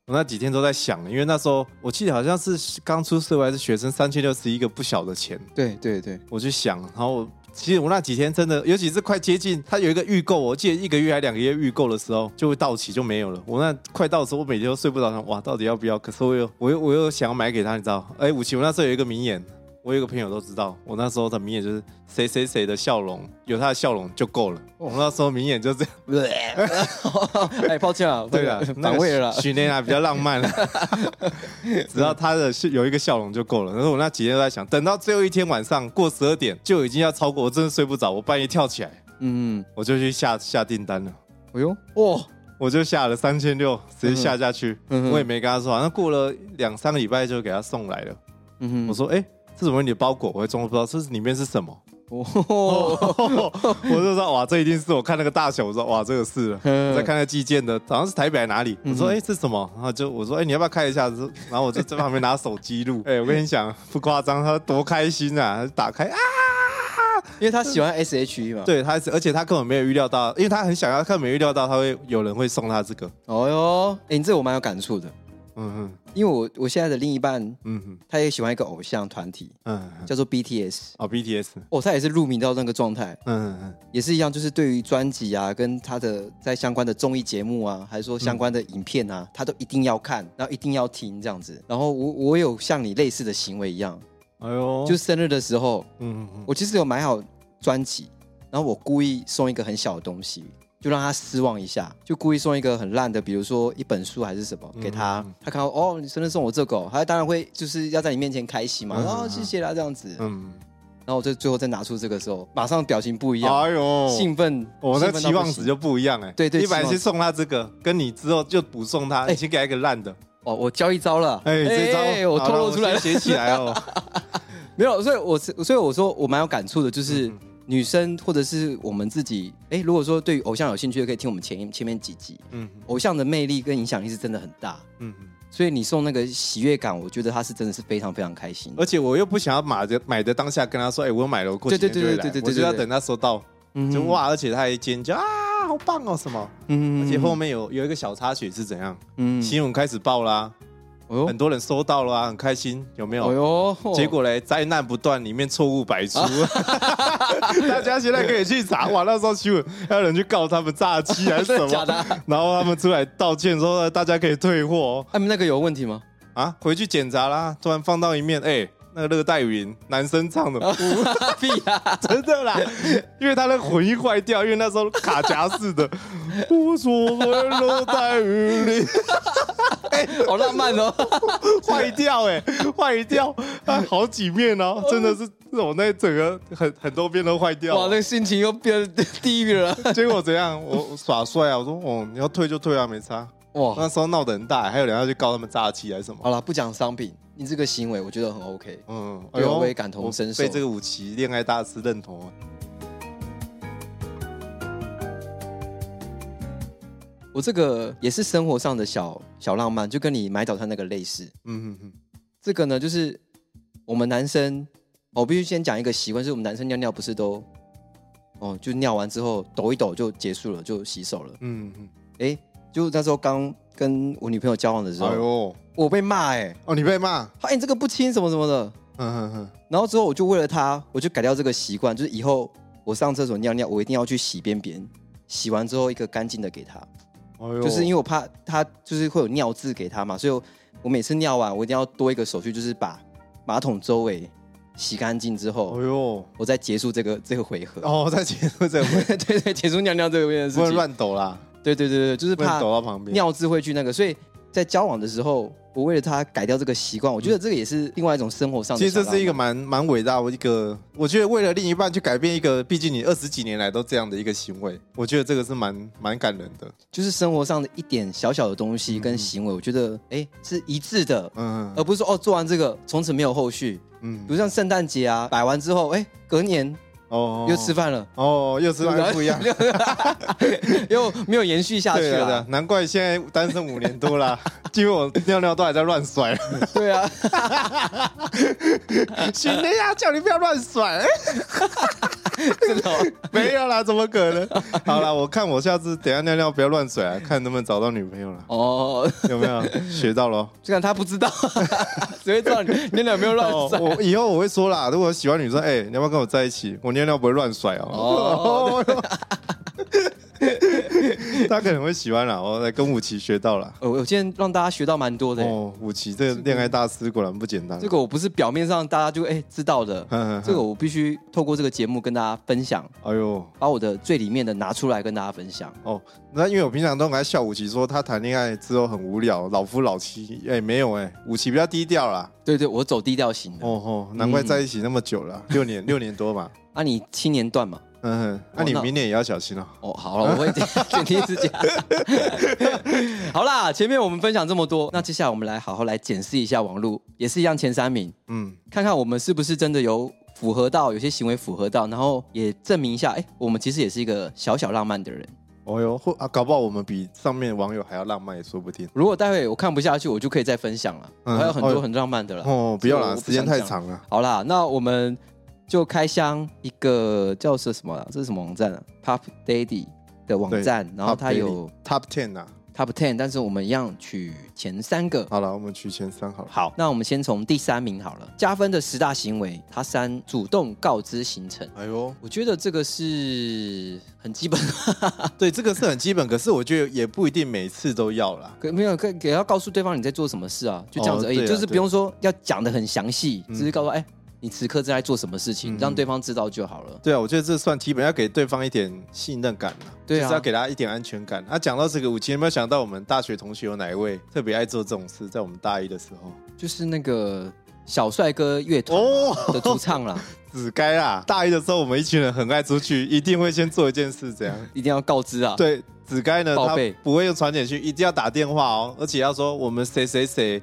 S1: 我那几天都在想，因为那时候我记得好像是刚出社会还是学生，三千六是一个不小的钱。
S2: 对对对，
S1: 我去想，然后我其实我那几天真的，尤其是快接近它有一个预购，我记得一个月还两个月预购的时候就会到期就没有了。我那快到的时候，我每天都睡不着，想哇，到底要不要？可是我又我又我又想要买给他，你知道？哎，武奇，我那时候有一个名言，我有一个朋友都知道，我那时候的名言就是谁谁谁的笑容，有他的笑容就够了。我那时候名言就这样，
S2: 哎，抱歉啊，
S1: 对了，
S2: 反胃了啦，
S1: 许内娜比较浪漫了，
S2: (laughs)
S1: 只要他的是有一个笑容就够了。然后我那几天都在想，等到最后一天晚上过十二点就已经要超过，我真的睡不着，我半夜跳起来
S2: 嗯，
S1: 我就去下下订单了。
S2: 哎呦，哇，
S1: 我就下了三千六，直接下下去，
S2: 嗯哼
S1: 我也没跟他说，好像过了两三个礼拜就给他送来了。
S2: 嗯哼
S1: 我说，哎、这怎么你的包裹？我还装作不知道，这是里面是什么？
S2: 哦，
S1: 我就说，哇，这一定是我看那个大小，我说，哇，这个是了。
S2: 嗯
S1: 我在看那寄件的，好像是台北还哪里。我说，
S2: 嗯
S1: 哎、这是什么？然后就我说，哎、你要不要看一下？然后我就在旁边拿手机
S2: (laughs)
S1: 录。哎、我跟你讲，不夸张，他多开心啊！他打开啊，
S2: 因为他喜欢 S H E 嘛，，
S1: 对，他是，而且他根本没有预料到，因为他很想要，他没有预料到他会有人会送他这个。
S2: 哦哟，哎，你这我蛮有感触的，
S1: 嗯嗯
S2: 因为我我现在的另一半
S1: 嗯嗯
S2: 他也喜欢一个偶像团体
S1: 嗯嗯，
S2: 叫做 B T S，
S1: 哦，BTS，
S2: 哦，他也是入迷到那个状态，
S1: 嗯嗯
S2: 也是一样，就是对于专辑啊，跟他的在相关的综艺节目啊，还是说
S1: 嗯
S2: 相关的影片啊，他都一定要看，然后一定要听这样子。然后我我有像你类似的行为一样，
S1: 嗯，哎呦，
S2: 就是生日的时候，
S1: 嗯嗯
S2: 我其实有买好专辑，然后我故意送一个很小的东西，就让他失望一下，就故意送一个很烂的，比如说一本书还是什么给他，
S1: 嗯
S2: 他看到哦，你生日送我这个哦，他当然会就是要在你面前开心嘛，
S1: 嗯
S2: 哦，谢谢啦这样子。
S1: 嗯
S2: 然后我就最后再拿出这个时候，马上表情不一
S1: 嗯，
S2: 样，
S1: 哎呦，
S2: 兴奋，
S1: 哦我
S2: 兴
S1: 那
S2: 奋到
S1: 期
S2: 不
S1: 望
S2: 行
S1: 值就不一样哎，
S2: 对对
S1: 你本来
S2: 期望值
S1: 先送他这个，跟你之后就补送他，
S2: 哎
S1: 你先给他一个烂的，
S2: 哦，我教一招了，
S1: 哎，这
S2: 哎哎
S1: 招
S2: 我
S1: 好
S2: 透露
S1: 我
S2: 出来了，
S1: 先写起来
S2: (laughs)
S1: 哦，
S2: 没有，所以我是，所以我说我蛮有感触的，就是
S1: 嗯
S2: 女生或者是我们自己，哎，如果说对于偶像有兴趣的，可以听我们前前面几集，
S1: 嗯
S2: 偶像的魅力跟影响力是真的很大，
S1: 嗯嗯，
S2: 所以你送那个喜悦感，我觉得他是真的是非常非常开心的，
S1: 而且我又不想要买的买的当下跟他说，哎，我买了，我过几
S2: 对
S1: 天
S2: 对
S1: 就会
S2: 对对
S1: 来
S2: 对对，
S1: 我就
S2: 对
S1: 要
S2: 对
S1: 等他收到，
S2: 嗯
S1: 就，哇，而且他还尖叫啊，好棒哦什么，
S2: 嗯
S1: 而且后面有有一个小插曲是怎样，
S2: 嗯
S1: 新闻开始爆啦，
S2: 哎呦
S1: 很多人收到了啊，很开心，有没有？
S2: 哎呦，
S1: 结果嘞，灾难不断，里面错误百
S2: 啊
S1: 出。 (laughs) 大家现在可以去查，哇，那时候新闻还有人去告他们诈欺还是
S2: (laughs)
S1: 什么，
S2: 假的啊
S1: 然后他们出来道歉说呃大家可以退货
S2: 他们那个有问题
S1: (laughs)
S2: 吗？
S1: 啊，回去检查啦。突然放到一面，哎、那个热带云男生唱的， (laughs)
S2: 哦屁啊！
S1: 真的啦，因为他的混音坏掉，因为那时候卡夹式的， (laughs) 无所谓热带雨林。 (laughs)
S2: 好浪漫哦。
S1: 坏掉哎、坏掉，啊，好几面
S2: (laughs)
S1: 哦，真的是我那整个很很多边都坏掉
S2: 哇，那
S1: 了。
S2: 个心情又变地
S1: (laughs)
S2: 狱了。
S1: 结果怎样？我我耍帅啊！我说哦，你要退就退啊，没差。
S2: 哇，
S1: 那时候闹得很大，还有人要去告他们诈欺还是什么。
S2: 好了，不讲商品，你这个行为我觉得很 OK。
S1: 嗯，
S2: 对我也感同身受
S1: 我被这个武器恋爱大师认同。啊
S2: 我这个也是生活上的小小浪漫，就跟你买早餐那个类似。
S1: 嗯嗯嗯，
S2: 这个呢，就是我们男生，哦我必须先讲一个习惯，是我们男生尿尿不是都，哦，就尿完之后抖一抖就结束了，就洗手了。
S1: 嗯嗯
S2: 哎，就那时候刚跟我女朋友交往的时
S1: 嗯，哎
S2: 候，
S1: 呦，
S2: 我被骂哎、
S1: 哦，你被骂，
S2: 她哎、你这个不亲什么什么的。
S1: 嗯嗯嗯，
S2: 然后之后我就为了她，我就改掉这个习惯，就是以后我上厕所尿尿，我一定要去洗边边，洗完之后一个干净的给她。
S1: 哎呦，
S2: 就是因
S1: 为
S2: 为我怕他就是会有尿渍给他嘛，所以我我每次尿完，我一定要多一个手续，就是把马桶周围洗干净之后，
S1: 哎呦，
S2: 我再结束这个这个回合。
S1: 哦，在结束这个，
S2: (laughs) 对对对，结束尿尿这个事
S1: 不能
S2: 情。
S1: 乱抖啦，
S2: 对对对对，就是
S1: 不能
S2: 怕
S1: 抖到旁边。
S2: 尿渍会去那个，所以在交往的时候，我为了他改掉这个习惯，我觉得这个也是另外一种生活上
S1: 嗯
S2: 的
S1: 其
S2: 小
S1: 实
S2: 浪
S1: 这
S2: 漫。
S1: 是一个蛮蛮伟大的一个，我觉得为了另一半去改变一个，毕竟你二十几年来都这样的一个行为，我觉得这个是蛮蛮感人的。
S2: 就是生活上的一点小小的东西跟行为，我觉得哎是一致的，而
S1: 嗯
S2: 不是说哦做完这个从此没有后续。比
S1: 嗯，
S2: 如像圣诞节啊，摆完之后，哎，隔年
S1: 哦
S2: 又吃饭了，
S1: 哦，又吃饭不一 (laughs) 样。
S2: 又没有延续下去
S1: 对啊，对
S2: 了
S1: 啊。难怪现在单身五年多啦， (laughs) 因为我尿尿都还在乱
S2: (laughs)
S1: 甩。 (laughs)
S2: 对啊，
S1: 行了呀，啊叫你不要乱甩。
S2: 真的哦、
S1: 没有啦，怎么可
S2: (laughs)
S1: 能？好啦，我看我下次等一下尿尿不要乱甩啊，看能不能找到女朋友了，
S2: 哦，
S1: 有没有？学到
S2: (laughs)
S1: 了哦。
S2: 虽然他不知道，只会知道你你俩有没有乱
S1: 哦
S2: 算。，
S1: 我以后我会说啦，如果喜欢女生，哎、你要不要跟我在一起？我尿尿不会乱甩哦。 (laughs) 他可能会喜欢啦，我来跟武奇学到了。
S2: 呃我今天让大家学到蛮多的、欸
S1: 哦，武奇这个恋爱大师果然不简单。 (laughs)
S2: 这个我不是表面上大家就哎、知道的，
S1: 嗯，
S2: 这个我必须透过这个节目跟大家分享，
S1: 哎呦
S2: 把我的最里面的拿出来跟大家分享。
S1: 哦，那因为我平常都很爱笑武奇，说他谈恋爱之后很无聊，老夫老妻。哎、没有哎、武奇比较低调啦。
S2: 对对，我走低调型的。
S1: 哦哦，难怪在一起那么久了，六年六年多 (laughs) 嘛。
S2: 啊，你七年段嘛？
S1: 嗯哼，那、你
S2: 那
S1: 明年也要小心哦。
S2: 哦，好了，我会
S1: (laughs)
S2: 减低自己。 (laughs) 好啦，前面我们分享这么多，那接下来我们来好好来检视一下网络，也是一样前三名。
S1: 嗯，
S2: 看看我们是不是真的有符合到有些行为符合到，然后也证明一下，哎、我们其实也是一个小小浪漫的人。
S1: 哦哟，或啊，搞不好我们比上面网友还要浪漫也说不定。
S2: 如果待会我看不下去，我就可以再分享了，
S1: 嗯
S2: 我还有很多
S1: 哦
S2: 很浪漫的了。
S1: 哦，不要
S2: 这个我
S1: 啦，
S2: 不
S1: 时间太
S2: 想讲
S1: 长了。
S2: 好啦，那我们就开箱一个叫是什么、啊？这是什么网站啊？Pop Daddy 的网站，然后它有
S1: Top Ten 啊。
S2: Top Ten，但是我们一样取前三个。
S1: 好了，我们取前三好了。
S2: 好，那我们先从第三名好了。加分的十大行为，它三主动告知行程，
S1: 哎呦，
S2: 我觉得这个是很基本的 (laughs)
S1: 啊对，这个是很基本，可是我觉得也不一定每次都要啦。
S2: 可没有，可也要告诉对方你在做什么事啊，就这样子而已，
S1: 哦对啊
S2: 就是不用说要讲的很详细，
S1: 嗯
S2: 只是告诉哎、你此刻正在做什么事情，
S1: 嗯
S2: 让对方知道就好了。
S1: 对啊，我觉得这算基本，要给对方一点信任感啦，
S2: 对啊
S1: 就是要给他一点安全感。啊，讲到这个，武奇有没有想到我们大学同学有哪一位特别爱做这种事？在我们大一的时候，
S2: 就是那个小帅哥乐团
S1: 哦
S2: 的主
S1: (laughs)
S2: 唱啦，
S1: 子该啦，大一的时候我们一群人很爱出去，一定会先做一件事，这样。
S2: 一定要告知啊。 (laughs)
S1: 对，子该呢，
S2: 报
S1: 他
S2: 备
S1: 不会用传简讯，一定要打电话哦，而且要说我们谁谁
S2: (laughs)
S1: 谁，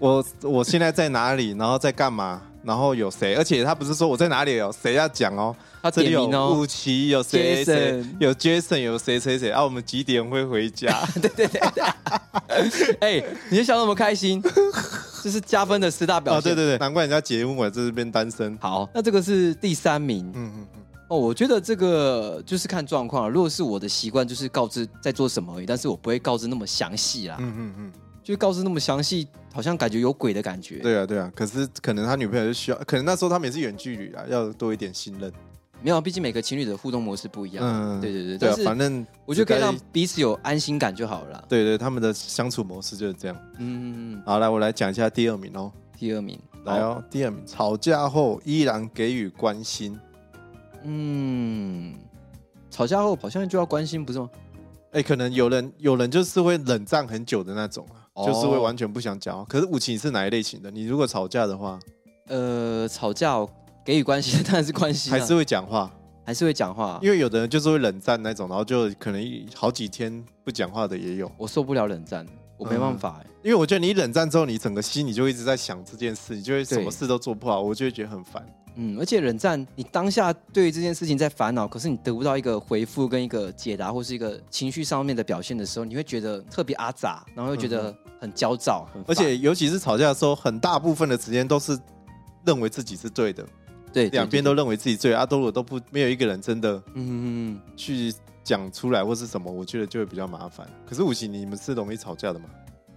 S1: 我我现在在哪里，然后在干嘛，然后有谁，而且他不是说我在哪里哦，谁要讲哦，
S2: 他
S1: 这里
S2: 点
S1: 有
S2: 名哦
S1: 雾，奇，有谁谁
S2: Jason，
S1: 有 Jason，有谁谁谁啊，我们几点会回
S2: (laughs)
S1: 家？
S2: 哎、你就笑那么开心，这是加分的十大表
S1: 哦，对
S2: 现。
S1: 对对，难怪人家节目我这边单身，
S2: 好，那这个是第三名、
S1: 嗯嗯嗯，
S2: 哦，我觉得这个就是看状况啊。如果是我的习惯，就是告知在做什么而已，但是我不会告知那么详细啦。
S1: 嗯嗯嗯，
S2: 就是告知那么详细，好像感觉有鬼的感觉。，
S1: 对啊，对啊。可是可能他女朋友就需要，可能那时候他们也是远距离啊，要多一点信任。
S2: 没有，毕竟每个情侣的互动模式不一样。
S1: 嗯，
S2: 对对对
S1: 对啊
S2: 但，是
S1: 反正
S2: 我觉得可以让
S1: 只该
S2: 彼此有安心感就好了啦。
S1: 对对他们的相处模式就是这样。
S2: 嗯，嗯嗯
S1: 好，来我来讲一下第二名哦，
S2: 第二名，
S1: 来
S2: 好，
S1: 哦，第二名，吵架后依然给予关心。
S2: 嗯，吵架后好像就要关心，不是吗？
S1: 哎，可能有人有人就是会冷战很久的那种啊，
S2: 哦
S1: 就是会完全不想讲话。可是武器你是哪一类型的？你如果吵架的话，
S2: 呃，吵架哦给予
S1: (laughs)
S2: 关心，当然是关心啊、
S1: 还是会讲话，
S2: 还是会讲话啊、
S1: 因为有的人就是会冷战那种，然后就可能好几天不讲话的也有。
S2: 我受不了冷战，我没办法、欸。
S1: 因为我觉得你冷战之后，你整个心里就一直在想这件事，你就会什么事都做不好，我就会觉得很烦。
S2: 嗯，而且冷战，你当下对于这件事情在烦恼，可是你得不到一个回复跟一个解答，或是一个情绪上面的表现的时候，你会觉得特别阿杂，然后又觉得很焦躁，很烦
S1: 嗯而且尤其是吵架的时候，很大部分的时间都是认为自己是对的，
S2: 对
S1: 两边，都认为自己对，阿多罗都不没有一个人真的
S2: 对对嗯，
S1: 去讲出来或是什么，我觉得就会比较麻烦。可是五行，你们是容易吵架的吗？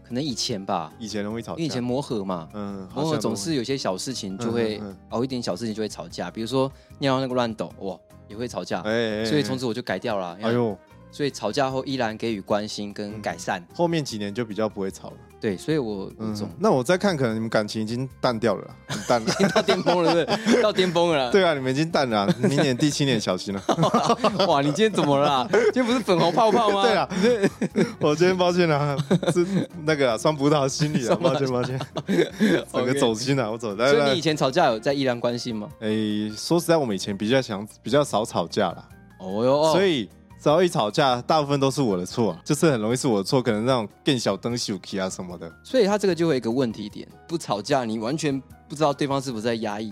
S2: 可能以前吧，
S1: 以前容易吵架，
S2: 因为以前磨合嘛，
S1: 嗯，好
S2: 磨合
S1: 像
S2: 总
S1: 都会
S2: 是有些小事情就会
S1: 嗯嗯嗯
S2: 熬一点小事情就会吵架，比如说尿那个乱抖，哇，也会吵架，
S1: 哎哎，哎
S2: 所以从此我就改掉了。
S1: 哎
S2: 哎呦，
S1: 呦，嗯
S2: 所以吵架后依然给予关心跟改善，
S1: 后面几年就比较不会吵了。
S2: 对，所以我我
S1: 嗯
S2: 总，
S1: 那我再看，可能你们感情已经淡掉了啦，很淡
S2: (laughs)
S1: 了。
S2: 到巅峰了，对不对？ (laughs) 到巅峰了啦。
S1: 对啊，你们已经淡了啊，明年第七年小心了。
S2: (laughs) 哇，你今天怎么了啦？今天不是粉红泡泡吗？
S1: 对啊， (laughs) 我今天抱歉啦，是那个啊，酸葡萄心理啊，抱歉抱歉，整个
S2: OK
S1: 走心啊了，我走。来
S2: 所以
S1: 来
S2: 你以，前吵架有在依然关心吗？
S1: 哎，说实在，我们以前比较想比较少吵架啦，
S2: 哦哟，
S1: 所
S2: 以
S1: 以只要一吵架，大部分都是我的错啊，就是很容易是我的错，可能那种更小灯秀气啊什么的。
S2: 所以他这个就会有一个问题点，不吵架你完全不知道对方是不是在压抑，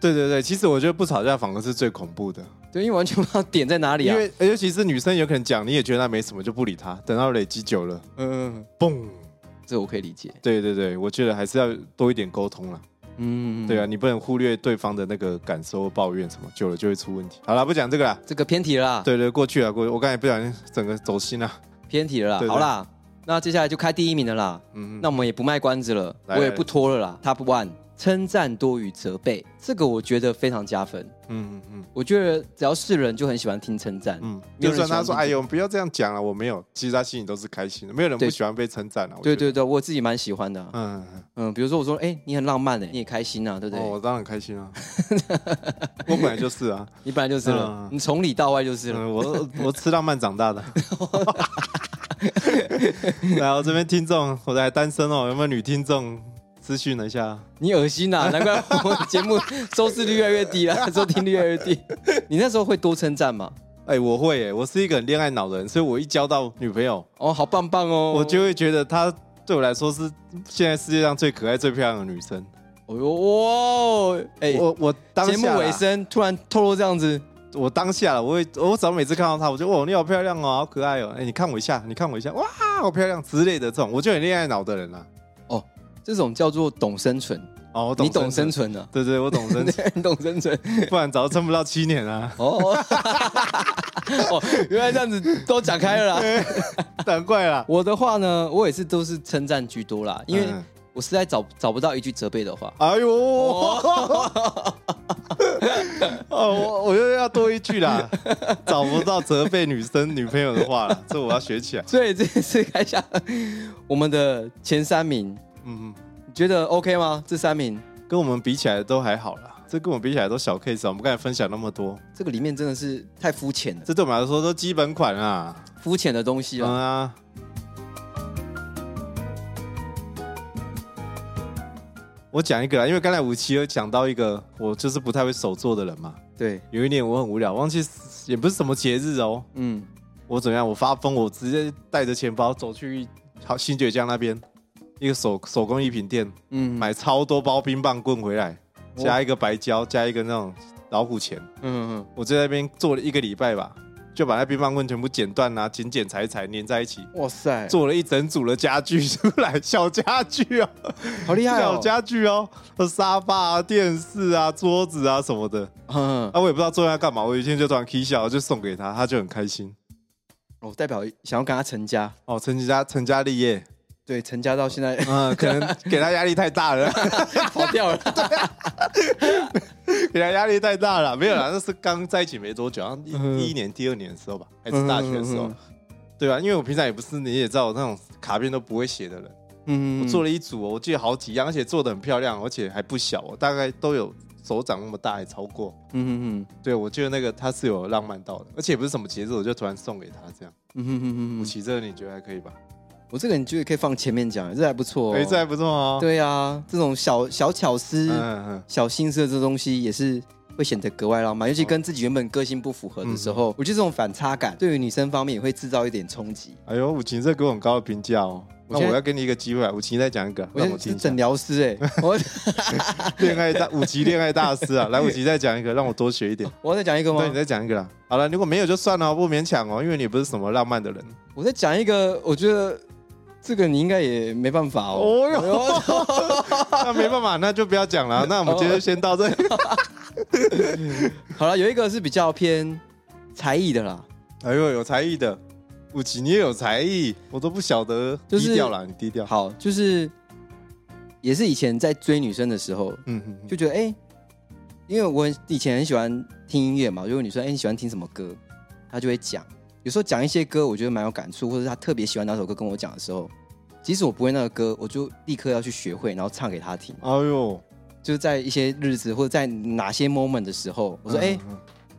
S1: 对对对，其实我觉得不吵架反而是最恐怖的，
S2: 对，因为完全不知道点在哪里啊。
S1: 因为尤其是女生有可能讲，你也觉得那没什么，就不理她，等到累积久了，
S2: 嗯，
S1: 嘣。
S2: 这我可以理解。
S1: 对对对，我觉得还是要多一点沟通啦。
S2: 嗯，
S1: 对啊，，你不能忽略对方的那个感受、抱怨什么，久了就会出问题。好了，不讲这个啦。
S2: 这个偏题了啦。
S1: 对对，过去了，啊过去我刚才不小心整个走心啊了。
S2: 偏题了啦。
S1: 对对
S2: 好啦，那接下来就开第一名了啦。
S1: 嗯，
S2: 那我们也不卖关子了，
S1: 来
S2: 我也不拖了啦。Top One，称赞多于责备，这个我觉得非常加分。
S1: 嗯嗯
S2: 我觉得只要是人就很喜欢听称赞。
S1: 嗯嗯，
S2: 没有
S1: 就算
S2: 人喜欢
S1: 他说“
S2: 听
S1: 哎呦，不要这样讲了”，我没有，其实他心里都是开心的，没有人不
S2: 对
S1: 喜欢被称赞啊。我
S2: 对
S1: 觉得，
S2: 对对，我自己蛮喜欢的啊、
S1: 嗯，嗯
S2: 嗯，比如说我说，哎、你很浪漫哎、你也开心啊，对不
S1: 嗯
S2: 对？
S1: 哦，我当然开
S2: (laughs)
S1: 心啊，我本来就是啊，
S2: 你本来就是了，
S1: 嗯
S2: 你从里到外就是了。
S1: 嗯，我我吃浪漫长大
S2: (laughs)
S1: 的。 (laughs) 来，我这边听众，我还单身哦，有没有女听众咨询了一下？
S2: 你恶
S1: (laughs)
S2: 心呐、难怪我们节目收视率越来越低啦，收听率越来越低。你那时候会多称赞吗？
S1: 哎、我会、耶，我是一个很恋爱脑的人，所以我一交到女朋友，
S2: 哦，好棒棒哦！
S1: 我就会觉得她对我来说是现在世界上最可爱、最漂亮的女生。
S2: 哦哟哇哦，哎、
S1: 我我当下
S2: 节目
S1: 啦
S2: 尾，声突然透露这样子，
S1: 我当下了，我会我只要每次看到她，我就哇，你好漂亮哦，好可爱哦，哎、你看我一下，你看我一下，哇，好漂亮之类的这种，我就很恋爱脑的人啦。
S2: 这种叫做懂生存，
S1: 哦，我
S2: 你懂生
S1: 存，
S2: 存
S1: (laughs)
S2: 啊？
S1: 对对，我懂生
S2: (laughs)
S1: 存，
S2: 你懂生存
S1: 不然早就撑不到七年啊了、
S2: 哦 (laughs) 哦哦，原来这样子都讲开了啦。
S1: 难怪啦。
S2: 我的话呢，我也是都是称赞居多啦，因为
S1: 嗯
S2: 我实在找找不到一句责备的话。
S1: 哎呦，哦，我我又要多一句啦，找不到责备女生女朋友的话了，这我要学起来。
S2: (laughs) 所以这次看一下我们的前三名，
S1: 嗯，
S2: 你觉得 OK 吗？这三名，
S1: 跟我们比起来都还好啦，这跟我们比起来都小 case 啊。我们刚才分享那么多，
S2: 这个里面真的是太肤浅了，
S1: 这对我们来说都基本款啊。
S2: 肤浅的东西
S1: 嗯
S2: 啊。
S1: 啊，我讲一个啦，啊因为刚才五七有讲到一个，我就是不太会手做的人嘛。
S2: 对，
S1: 有一年我很无聊，忘记也不是什么节日哦，
S2: 嗯，
S1: 我怎么样？我发疯，我直接带着钱包走去好新爵江那边一个手手工艺品店，
S2: 嗯
S1: 买超多包冰棒棍回来，
S2: 哦
S1: 加一个白胶，加一个那种老虎钳。
S2: 嗯嗯
S1: 我就在那边做了一个礼拜吧，就把那冰棒棍全部剪断啊，剪剪裁裁粘在一起，
S2: 嗯，哇塞，
S1: 做了一整组的家具出来，小家具哦，
S2: 好厉害
S1: 小
S2: 哦！
S1: 家具哦，沙发啊、电视啊、桌子啊什么的。
S2: 嗯，
S1: 啊，我也不知道做那干嘛，我有一天就突然 K 笑，就送给他，他就很开心。
S2: 我代表想要跟他成家，
S1: 哦，成家成家立业，
S2: 对，成家到现
S1: (laughs)
S2: 在
S1: 嗯，可能给他压力太大
S2: (laughs)
S1: 了，
S2: 跑掉了。
S1: 给他压力太大了。没有啦，那是刚在一起没多久，然后一
S2: 嗯
S1: 第一年、第二年的时候吧，还是大学的时候
S2: 嗯嗯嗯，
S1: 对啊，因为我平常也不是你也知道，我那种卡片都不会写的人，
S2: 嗯，
S1: 我做了一组哦，我记得好几样，而且做的很漂亮，而且还不小哦，大概都有手掌那么大，还超过。
S2: 嗯，嗯嗯
S1: 对，我记得那个他是有浪漫到的，而且也不是什么节日，我就突然送给他这样。
S2: 嗯嗯
S1: 武
S2: 嗯嗯嗯，
S1: 奇，这个你觉得还可以吧？
S2: 我这个你觉得可以放前面讲，这还不错、哦。
S1: 哎，这还不错哦。，
S2: 对啊，这种小小巧思、
S1: 嗯嗯，
S2: 小心思的这东西也是。会显得格外浪
S1: 哦
S2: 漫，尤其跟自己原本个性不符合的时
S1: 嗯
S2: 候，我觉得这种反差感对于女生方面也会制造一点冲击。
S1: 哎呦，武奇这给我很高的评价哦。那
S2: 我现
S1: 我
S2: 在
S1: 要给你一个机会啊，武奇再讲一个，
S2: 我
S1: 让
S2: 觉
S1: 我
S2: 得
S1: 听一
S2: 是
S1: 下
S2: 诊。疗
S1: (laughs)
S2: 师哎、我
S1: 恋爱
S2: (laughs)
S1: 大武奇恋爱大师啊，来武奇再讲一个，让我多学一点。
S2: 我要再讲一个吗
S1: 对，你？再讲一个啦。好了，如果没有就算了，不勉强哦，因为你不是什么浪漫的人。
S2: 我再讲一个，我觉得这个你应该也没办法哦。
S1: 哦哟，那没办法，那就不要讲了。那我们今天先到这里。
S2: (laughs) 好了，有一个是比较偏才艺的啦，
S1: 哎呦，有才艺的，武奇你也有才艺，我都不晓得。
S2: 就是
S1: 低调啦，你低调。
S2: 好，就是也是以前在追女生的时候，
S1: 嗯嗯嗯
S2: 就觉得哎、诶因为我很以前很喜欢听音乐嘛，就问女生哎、诶你喜欢听什么歌，她就会讲。有时候讲一些歌，我觉得蛮有感触，或者她特别喜欢哪首歌跟我讲的时候，即使我不会那个歌，我就立刻要去学会，然后唱给她听。
S1: 哎呦，
S2: 就是在一些日子或者在哪些 moment 的时候，我说哎、诶
S1: 嗯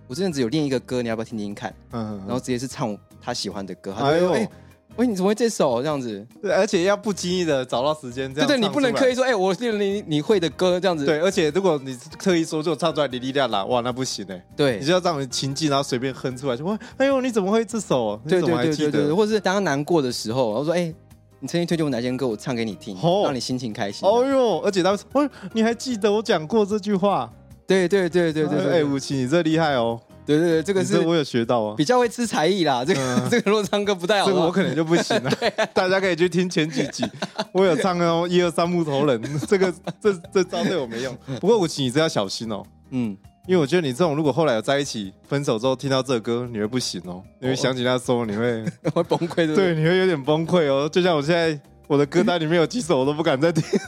S2: 我这阵子有练一个歌，你要不要听听看？
S1: 嗯，
S2: 然
S1: 然
S2: 后
S1: 后
S2: 直接是唱她喜欢的歌，她
S1: 哎
S2: 就
S1: 呦
S2: 说哎。诶喂，你怎么会这首这样子？
S1: 而且要不经意的找到时间，这样
S2: 对对，你
S1: 唱
S2: 不能
S1: 出来
S2: 刻意说，哎、我练了你你会的歌这样子。
S1: 对，而且如果你特意说就唱出来哩哩啦啦，哇，那不行哎，
S2: 对
S1: 你就要让人情境，然后随便哼出来，就哇，哎呦，你怎么会这首？你
S2: 对
S1: 怎
S2: 对
S1: 么还
S2: 对
S1: 记
S2: 对
S1: 得
S2: 对对，或者是当他难过的时候，然后说：“哎、你曾经推荐我哪些歌，我唱给你听，
S1: 哦
S2: 让你心情开心。”
S1: 哦
S2: 哦，
S1: 呦，而且他们说，哦，你还记得我讲过这句话？
S2: 对对对对对对，
S1: 哎，
S2: 对
S1: 吴奇，你这厉害哦，
S2: 对对对，
S1: 这
S2: 这个是
S1: 我有学到啊，
S2: 比较会吃才艺啦。这个、
S1: 嗯
S2: (laughs) 这个若唱歌不太好啊
S1: 这
S2: 不
S1: 个
S2: 好，
S1: 我可能就不行
S2: (laughs)
S1: 了。大家可以去听前几集，我有唱哦，一二三木头人， (laughs) 这个这这招对我没用。不过吴奇，你这要小心哦。
S2: 嗯， (laughs)
S1: 因为我觉得你这种如果后来有在一起，分手之后听到这个歌，你会不行哦，你会想起那时候，你会
S2: 我会崩溃，对不
S1: 对，你会有点崩溃哦。就像我现在，我的歌单里面有几首我都不敢再听， (laughs)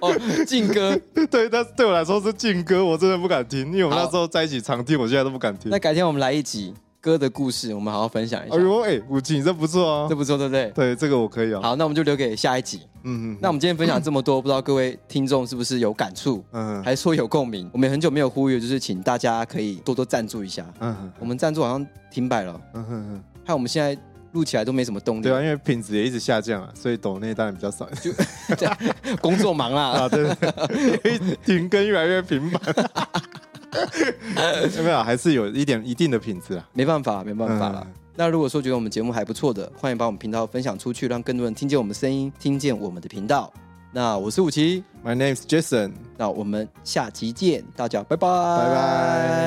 S2: 哦，劲歌，
S1: 对，但是对我来说是禁歌，我真的不敢听，因为我们那时候在一起常听，我现在都不敢听
S2: 那。改天我们来一集歌的故事，我们好好分享一下，
S1: 哎呦，哎，武器你这不错
S2: 这
S1: 哦，
S2: 不错，对不对？
S1: 对，这个我可以哦。
S2: 好，那我们就留给下一集。
S1: 嗯，嗯，
S2: 那我们今天分享这么多，不知道各位听众是不是有感触，
S1: 嗯
S2: 还是说有共鸣？我们也很久没有呼吁，就是请大家可以多多赞助一下。
S1: 嗯
S2: 我们赞助好像停摆了。
S1: 嗯嗯
S2: 害我们现在录起来都没什么动力，
S1: 对啊，因为品质也一直下降啊，所以抖内当然比较少
S2: 工作忙啦。
S1: (laughs) 啊，对对对， (laughs) 因为停更越来越频 (laughs) 繁。有没啊有？还是有一点一定的品质啊。
S2: 没办法，没办法啦。
S1: 嗯
S2: 那如果说觉得我们节目还不错的，欢迎把我们频道分享出去，让更多人听见我们声音，听见我们的频道。那我是武奇，
S1: My name's Jason.
S2: 那我们下期见，大家拜拜，
S1: 拜拜。